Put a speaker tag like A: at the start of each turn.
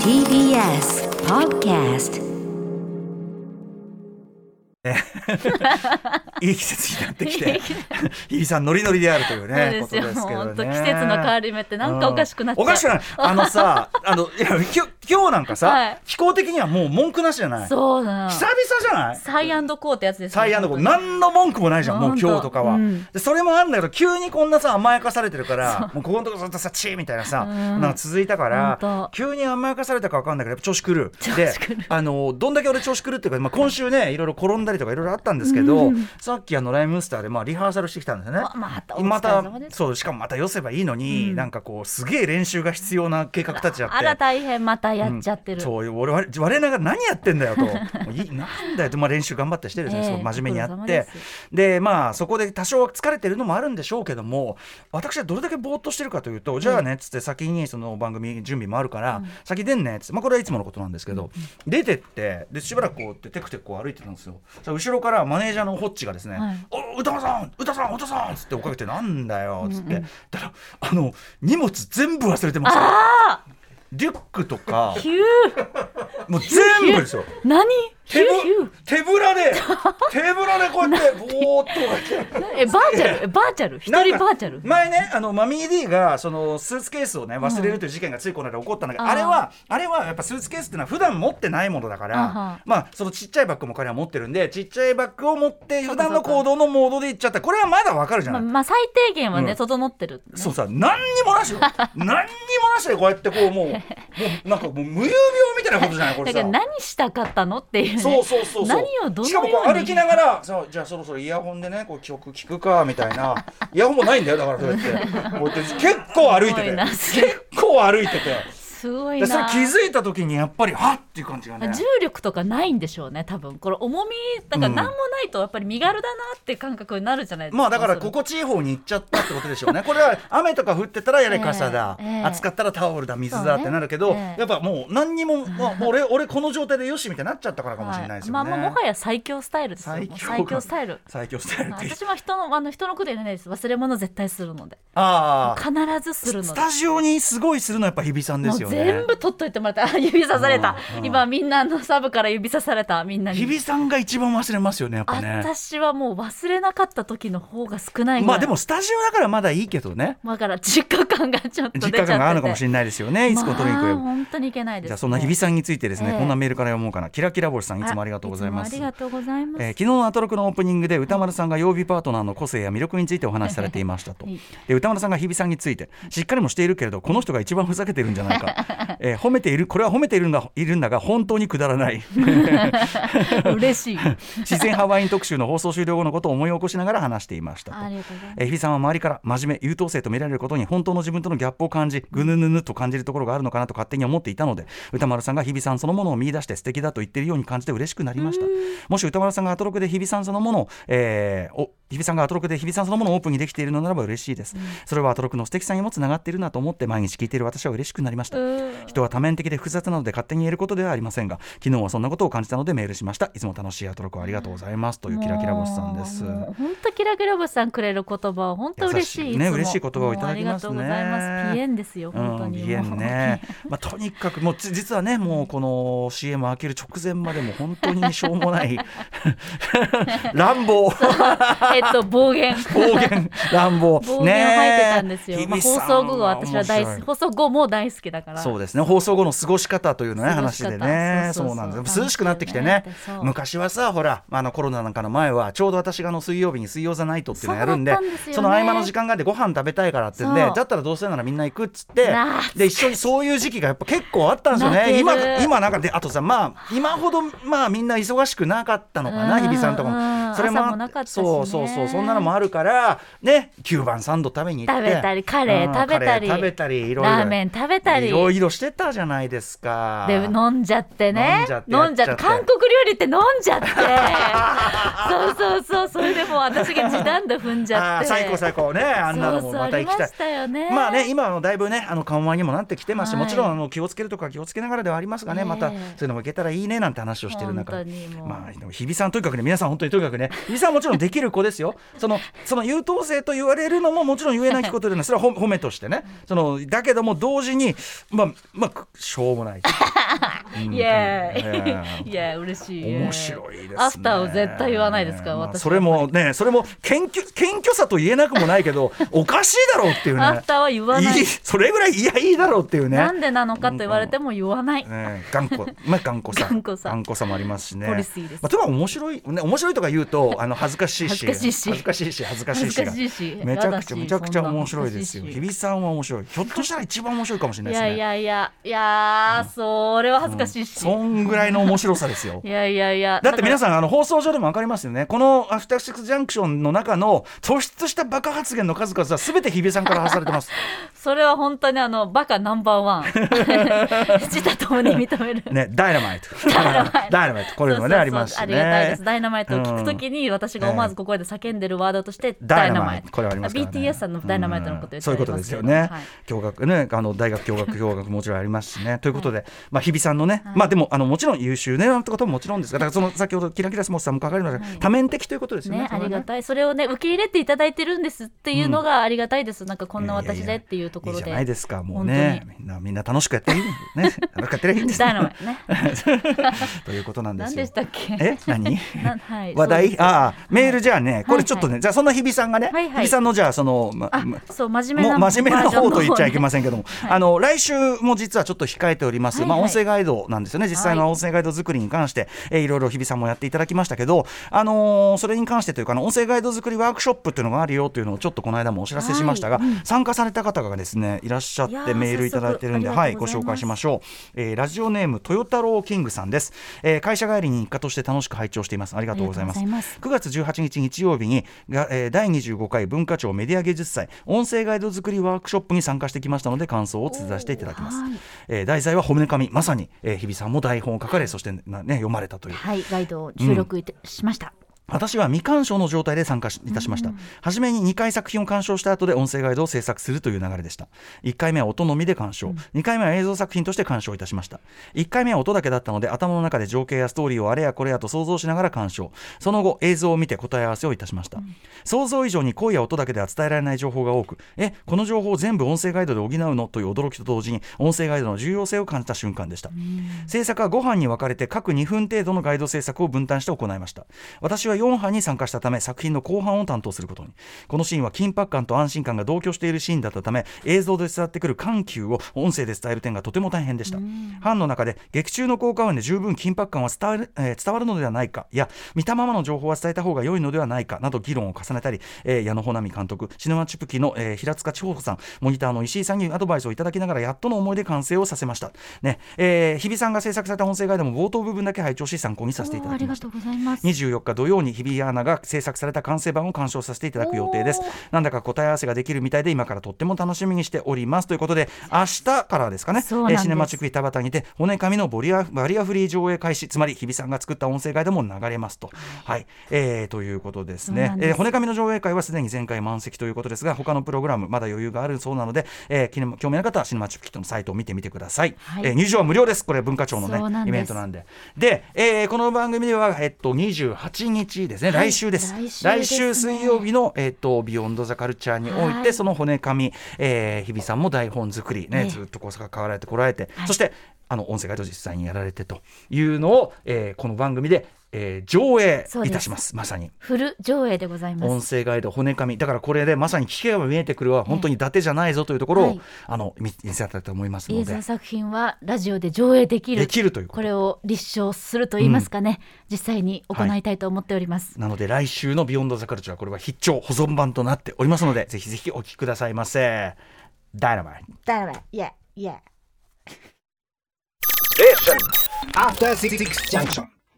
A: TBS Podcast
B: いい季節になってきて 日比さんノリノリであるというね
C: そうです
B: ことで
C: よ、
B: すけ
C: も
B: どね
C: う本当季節の変わり目ってなんかおかしくなっちゃう、
B: おかしくないあのさあのいやきょ今日なんかさ、
C: はい
B: 気候的にはもう文句なしじゃない久
C: そうだな
B: 々じゃない
C: サイアンドコーってやつですね
B: 最悪のこと何の文句もないじゃんもう
C: 本当
B: 今日とかは、
C: うん
B: でそれもあるんだけど急にこんなさ甘やかされてるからもうここのとこずっとさチーみたいなさ、
C: うん
B: なんか続いたから
C: 本当
B: 急に甘やかされたか分かんないけどやっぱ調子狂うで
C: 子狂う
B: あのどんだけ俺調子狂うっていうか、まあ、今週ねいろいろ転んだりとかいろいろあったんですけど、さっきあのライムスターでまあリハーサルしてきたんですよね
C: わまたお
B: ま
C: 疲
B: た
C: れ様です
B: そうしかもまた寄せばいいのに、
C: うん
B: なんかこうすげえ練習が必要な計画立ちちゃって
C: あら大変またやっちゃってる、
B: うんそう俺我々我ながら何やってんだよともういなんだよと、まあ、練習頑張ってしてるんですね、
C: ええ
B: そう真面目にや
C: ご
B: っ
C: 苦労様
B: て
C: で
B: でまあそこで多少は疲れてるのもあるんでしょうけども私はどれだけぼーっとしてるかというとじゃあねっつって先にその番組準備もあるから、先出んねっつって、まあ、これはいつものことなんですけど、出てってでしばらくこうやってテクテクこう歩いてたんですよそしたら後ろからマネージャーのホッチがですね「
C: はい
B: お歌さん歌さん歌さん」っつって追っかけて「なんだよ」っつって、だからあの荷物全部忘れてました
C: ああ
B: リュックとか
C: ヒュー
B: もう全部ですよ
C: 何ヒュ
B: 手ぶ
C: ーヒュ
B: 手
C: ー
B: ぶらで 手ぶらでこうやってぼーっとこうやって
C: えバーチャ ルえバーチャル一
B: なん
C: 人
B: か
C: バーチャル
B: 前ねあのマミー D がそのスーツケースをね忘れるという事件がついこの間起こったんだけど、
C: うん
B: あれはあれはやっぱスーツケースっていうのは普段持ってないものだから、
C: うんうん
B: まあそのちっちゃいバッグも彼は持ってるんでちっちゃいバッグを持って
C: そう
B: 普
C: か
B: 段の行動のモードで行っちゃったこれはまだわかるじゃ
C: ま
B: な
C: あ、
B: い、
C: まあ、最低限はね、
B: うん
C: 整ってる、ね、
B: そうさ何にもな しよ何にもなしでこうやってこうもうもうなんかもう無遊病みたいなことじゃないこれ
C: だ
B: さ
C: から何したかったのっていうね
B: そうそうそうそう
C: 何をどのように
B: しかもこう歩きながらそうじゃあそろそろイヤホンでねこう曲聴くかみたい なイヤホンもないんだよだからそうやってこうやって結構歩いて
C: すご
B: て
C: いな
B: 結構歩いてて
C: すごい
B: でそれ
C: な
B: 気づいた時にやっぱりはっっていう感じがね
C: 重力とかないんでしょうね多分これ重みだから
B: うん
C: 何もないとやっぱり身軽だなって感覚になるじゃないですか、
B: まあだから
C: そうすると
B: 心地いい方に行っちゃったってことでしょうねこれは雨とか降ってたらやれ傘だ、
C: ええええ
B: 暑かったらタオルだ水だってなるけど、
C: そうねえ
B: や
C: え
B: っぱもう何にも、まあもう俺俺この状態でよしみたいになっちゃったからかもしれないですよね、
C: はいまあ、まあもはや最強スタイルですよ
B: 最
C: 最
B: 強
C: 強最強スタイル
B: 最強スタイルって言って
C: 私も人のあの人のこと言えないです忘れ物絶対するので
B: ああ
C: 必ずするの
B: ス
C: で
B: タジオにすごいするのはやっぱ日比さんで
C: もう
B: すよね。
C: 全部取っといてもらった あ指さされた
B: うんうん
C: 今みんなあのサブから指さされたみんなに
B: 日比さんが一番忘れますよねやっぱね。
C: 私はもう忘れなかった時の方が少ないぐらい
B: まあでもスタジオだからまだいいけどね。
C: だから実家感がちょっと出ちゃ
B: 実
C: ってて
B: 家感があるのかもしれないですよね。いつこ取りに行く
C: まあ
B: よ。
C: 本当にいけないです
B: じゃあそんな日比さんについてですね、
C: ええ
B: こんなメールから読もうかな。キラキラ星さんいつもありがとうございます。
C: つもありがとうございます。
B: えー昨日のアトロクのオープニングで歌丸さんが曜日パートナーの個性や魅力についてお話しされていましたと、
C: はい
B: で歌丸さんが日比さんについてしっかりもしているけれどこの人が一番ふざけてるんじゃない か、えー褒めているこれは褒めているんだいるんだが本当にくだらない
C: 嬉しい。
B: 自然ハワイン特集の放送終了後のことを思い起こしながら話していましたと
C: ありがとうございます。
B: えー日比さんは周りから真面目優等生と見られることに本当の自分とのギャップを感じぐぬぬぬと感じるところがあるのかなと勝手に思っていたので歌丸さんが日比さんそのものを見出して素敵だと言っているように感じて嬉しくなりましたもし歌丸さんがアトロクで日比さんそのものを、えーお日比さんがアトロクで日比さんそのものをオープンにできているのならば嬉しいです、それはアトロクの素敵さにもつながっているなと思って毎日聞いている私は嬉しくなりました人は多面的で複雑なので勝手に言えることではありませんが昨日はそんなことを感じたのでメールしましたいつも楽しいアトロクをありがとうございますというキラキラ星さんです
C: もう本当キラキラ星さんくれる言葉は本当嬉しい
B: 優しいね
C: つも
B: 嬉しい言葉をいただきますね
C: もうありがとうございます。ピエンですよ本当
B: うん、
C: に。
B: 鼻炎ね、まあ、とにかくもうつ実はねもうこの CM 開ける直前までもう本当にしょうもない 乱暴
C: えっと暴言。
B: 暴言乱暴
C: 暴言を吐いてたんですよ。
B: ね
C: まあ、
B: 日比
C: 放
B: さん
C: 送後は私は
B: 面
C: 大好き、
B: 白い
C: 放送後も大好きだから。
B: そうですね放送後の過ごし方というのね
C: 過ご
B: 話
C: し方
B: でね
C: そ
B: そう
C: そうそう
B: うなんですよ涼しくなってきてね
C: 楽しくなってそう
B: 昔はさほらあのコロナなんかの前はちょうど私があの水曜日に「水曜ザナイト」っていうのをやるんで
C: そうだったんですよね
B: の合間の時間があってご飯食べたいからってんで
C: そう
B: だったらどうせならみんな行くっつって
C: なあ
B: で一緒にそういう時期がやっぱ結構あったんですよ
C: なって
B: ね
C: る
B: 今今なんかであとさまあ今ほどまあみんな忙しくなかったのかな
C: うん
B: 日比さんとか
C: う
B: も
C: ん
B: あ
C: 朝もなかったしね
B: そうそうそうそんなのもあるからね9番サンド食べに行っ
C: 食
B: て
C: べたりカレ
B: う
C: ー
B: ん
C: 食べたり
B: カレー食べたりいろいろ
C: ラーメン食べたり
B: いろいろしてたじゃないですか。
C: で飲んじゃって
B: 飲
C: ね
B: んじゃって
C: 飲んじゃって
B: やっちゃっ
C: 韓
B: て
C: 国料理って飲んじゃって そうそうそうそれでもう私が時短で踏んじゃ
B: あー
C: って
B: 最高最高ねあんなの
C: そ
B: も
C: うそう
B: また行きた
C: ありま
B: い
C: し。たよね
B: まあね今はだいぶねあの緩和にもなってきてますし、
C: はい
B: もちろんあの気をつけるとか気をつけながらではありますがね、
C: ええ
B: またそういうのもいけたらいいねなんて話をしてる中
C: 本当にもう
B: まあでも日比さんとにかくね皆さん本当にとにかくね日比さんはもちろんできる子です よそのその優等生と言われるのももちろん言えないことでねそれはほん褒めとしてねそのだけども同時にまあまあくしょうもない。うん
C: イエ
B: え
C: ーイ。いや嬉しい。
B: 面白いですね。
C: アフターを絶対言わないですから、
B: まあ
C: 私は。
B: それもね、それも謙虚謙虚さと言えなくもないけ ど、おかしいだろうっていう
C: ア
B: ね
C: フ。ターは言わない
B: いい。それぐらいいやいいだろうっていうね。
C: なんでなのかと言われても言わない。
B: ね、頑固、まあ、頑固さ、
C: 頑固さ
B: もありますしね。
C: ポリシーです
B: まあ、とは面白い、ね、面白いとか言うと、あの恥ずかしいし。
C: 恥ずかしいし
B: 恥ずかしいし、恥ずかしい
C: 恥
B: し
C: ず
B: が
C: かしいし、
B: めちゃくち
C: やだ
B: ゃ、
C: し
B: めちゃくちゃ面白いですよ。
C: そんな
B: 日
C: 恥ずかし
B: 比さんは面白い、ひょっとしたら一番面白いかもしれない
C: い
B: です
C: や
B: ね。
C: いやいや、いやー、それは恥ずかしいし。
B: そんぐらいの面白さですよ
C: い。やいやいや。
B: だって皆
C: さ
B: さんあの放送上でも分かりますよね、このアフターシックス・ジャンクションの中の突出したバカ発言の数々は、すべて日比さんから発されて ます。
C: ん、それは本当にあの、バカナンバーワン。 自他ともに認める。
B: ね、ダイナマイト、 ダイナマイト、こういうの
C: そ
B: が
C: うそ
B: ね、
C: う
B: ありますしね。
C: ありがたいです。ダイナマイトを聞くときに、私が思わずここで叫んでるワードとして、ダイナマイト。
B: これはありますから、ね、
C: BTS さんのダイナマイトのこと
B: うん
C: を言って
B: そういうことですよね、共学ねあの大学共学共学もちろんありますしねということで、まあ日比さんのね、まあでもあのもちろん優秀ねなんてことももちろんですがだからその先ほどキラキラスモスさんも書かれましたが、多面的ということですよね
C: ね、
B: そ
C: あ
B: れは
C: り
B: ね
C: がたいそれをね受け入れていただいてるんですっていうのがありがたいです、なんかこんな私でっていうところで
B: いやいやいいじゃないですかもうねみんなみんな楽しくやっていい ね楽しくやってりゃいいんです
C: ダイナマイトね
B: ということなんですよ
C: 何でしたっけ
B: え何
C: なは
B: 話
C: いそうです
B: 題ああメールじゃあねこれちょっとね、
C: は
B: じゃあそんな日比さんがね、
C: はいは
B: 日
C: い
B: 比さんのじゃあその、ま
C: あ
B: ま
C: そう真面目
B: も
C: な
B: う真面目な方と言っちゃいけま
C: せ
B: せんけども、
C: い
B: あの来週も実はちょっと控えております、
C: はい
B: まあ、
C: はい
B: 音声ガイドなんですよね、実際の音声ガイド作りに関して、えーいろいろ日比さんもやっていただきましたけど、あのーそれに関してというか、あの音声ガイド作りワークショップというのがあるよというのをちょっとこの間もお知らせしましたが、
C: はいうん
B: 参加された方がですねいらっしゃっ
C: いや
B: て、
C: ー
B: メールいただいてるんで、
C: 早速
B: は
C: あ
B: い、
C: りがと
B: ご
C: うござ
B: 紹
C: います
B: 介しましょう、えーラジオネーム、豊太郎キングさんです、えー会社帰りに一家として楽しく拝聴しています。ありがとうございます
C: ありがとうございます
B: 9月18日日曜日にが、えー第25回文化庁メディア芸術祭音声ガイド作りワークショップに参加してきましたので感想を綴らせていただきます
C: はい、
B: えー題材は「褒めかみ」まさに、えー日比さんも台本を書かれそして、なね、読まれたという
C: はいガイドを収録いたしました、
B: 私は未鑑賞の状態で参加しいたしました、初めに2回作品を鑑賞した後で音声ガイドを制作するという流れでした1回目は音のみで鑑賞、2回目は映像作品として鑑賞いたしました1回目は音だけだったので頭の中で情景やストーリーをあれやこれやと想像しながら鑑賞その後映像を見て答え合わせをいたしました、想像以上に声や音だけでは伝えられない情報が多くえこの情報を全部音声ガイドで補うのという驚きと同時に音声ガイドの重要性を感じた瞬間でした、制作は5班に分かれて各2分程度のガイド制作を分担して行いました私は4班に参加したため作品の後半を担当することにこのシーンは緊迫感と安心感が同居しているシーンだったため映像で伝わってくる緩急を音声で伝える点がとても大変でした班の中で劇中の効果音で十分緊迫感は伝わる,、えー伝わるのではないかいや見たままの情報は伝えた方が良いのではないかなど議論を重ねたり、えー矢野穂波監督シネマチュプキの、えー平塚千穂子さんモニターの石井さんにアドバイスをいただきながらやっとの思いで完成をさせました、ねえー日比さんが制作された音声ガイドも冒頭部分だけ拝聴し参考にさせていた
C: おーあ
B: だき
C: り
B: ま
C: が
B: した
C: とうございます
B: 24日土曜に日比アナが制作された完成版を鑑賞させていただく予定です
C: おー。
B: なんだか答え合わせができるみたいで今からとっても楽しみにしておりますということで明日からですかね
C: そうなんです
B: シネマチック板端にて骨紙のボリアバリアフリー上映開始つまり日比さんが作った音声ガイドも流れますと。はい、えーということです
C: そう
B: ね
C: なん。です
B: えー骨紙の上映会はすでに前回満席ということですが他のプログラムまだ余裕があるそうなので、えー、気に興味のある方はシネマチックキットのサイトを見てみてください。
C: はい
B: えー入場は無料ですこれ文化庁の
C: そうなん
B: ね
C: です
B: イベントなんで。で、えーこの番組では、えっと、28日ですね、
C: はい
B: 来週です。
C: 来週ですね
B: 来週水曜日の、えっと、ビヨンドザカルチャーにおいて、
C: はい
B: その骨紙、えー日比さんも台本作り、ね、
C: ええ
B: ずっとこう関わられてこられて、そして、あの、音声ガイド実際にやられてというのを、えーこの番組で、えー上映いたします。まさに。
C: フル上映でございま
B: 音
C: す
B: 声ガイド骨紙だからこれでまさに聞けば見えてくるは本当に伊達じゃないぞというところを、
C: はい
B: あの見見せられたと思いますの
C: 映
B: で
C: 像作品はラジオで上映できる
B: できるということ
C: これを立証すると言いますかね、実際に行いたいと思っております、
B: なので来週のビヨンドザカルチャーこれは必聴保存版となっておりますのでぜひぜひお聞きくださいませ。ダイナマイト。
D: After Six Junction.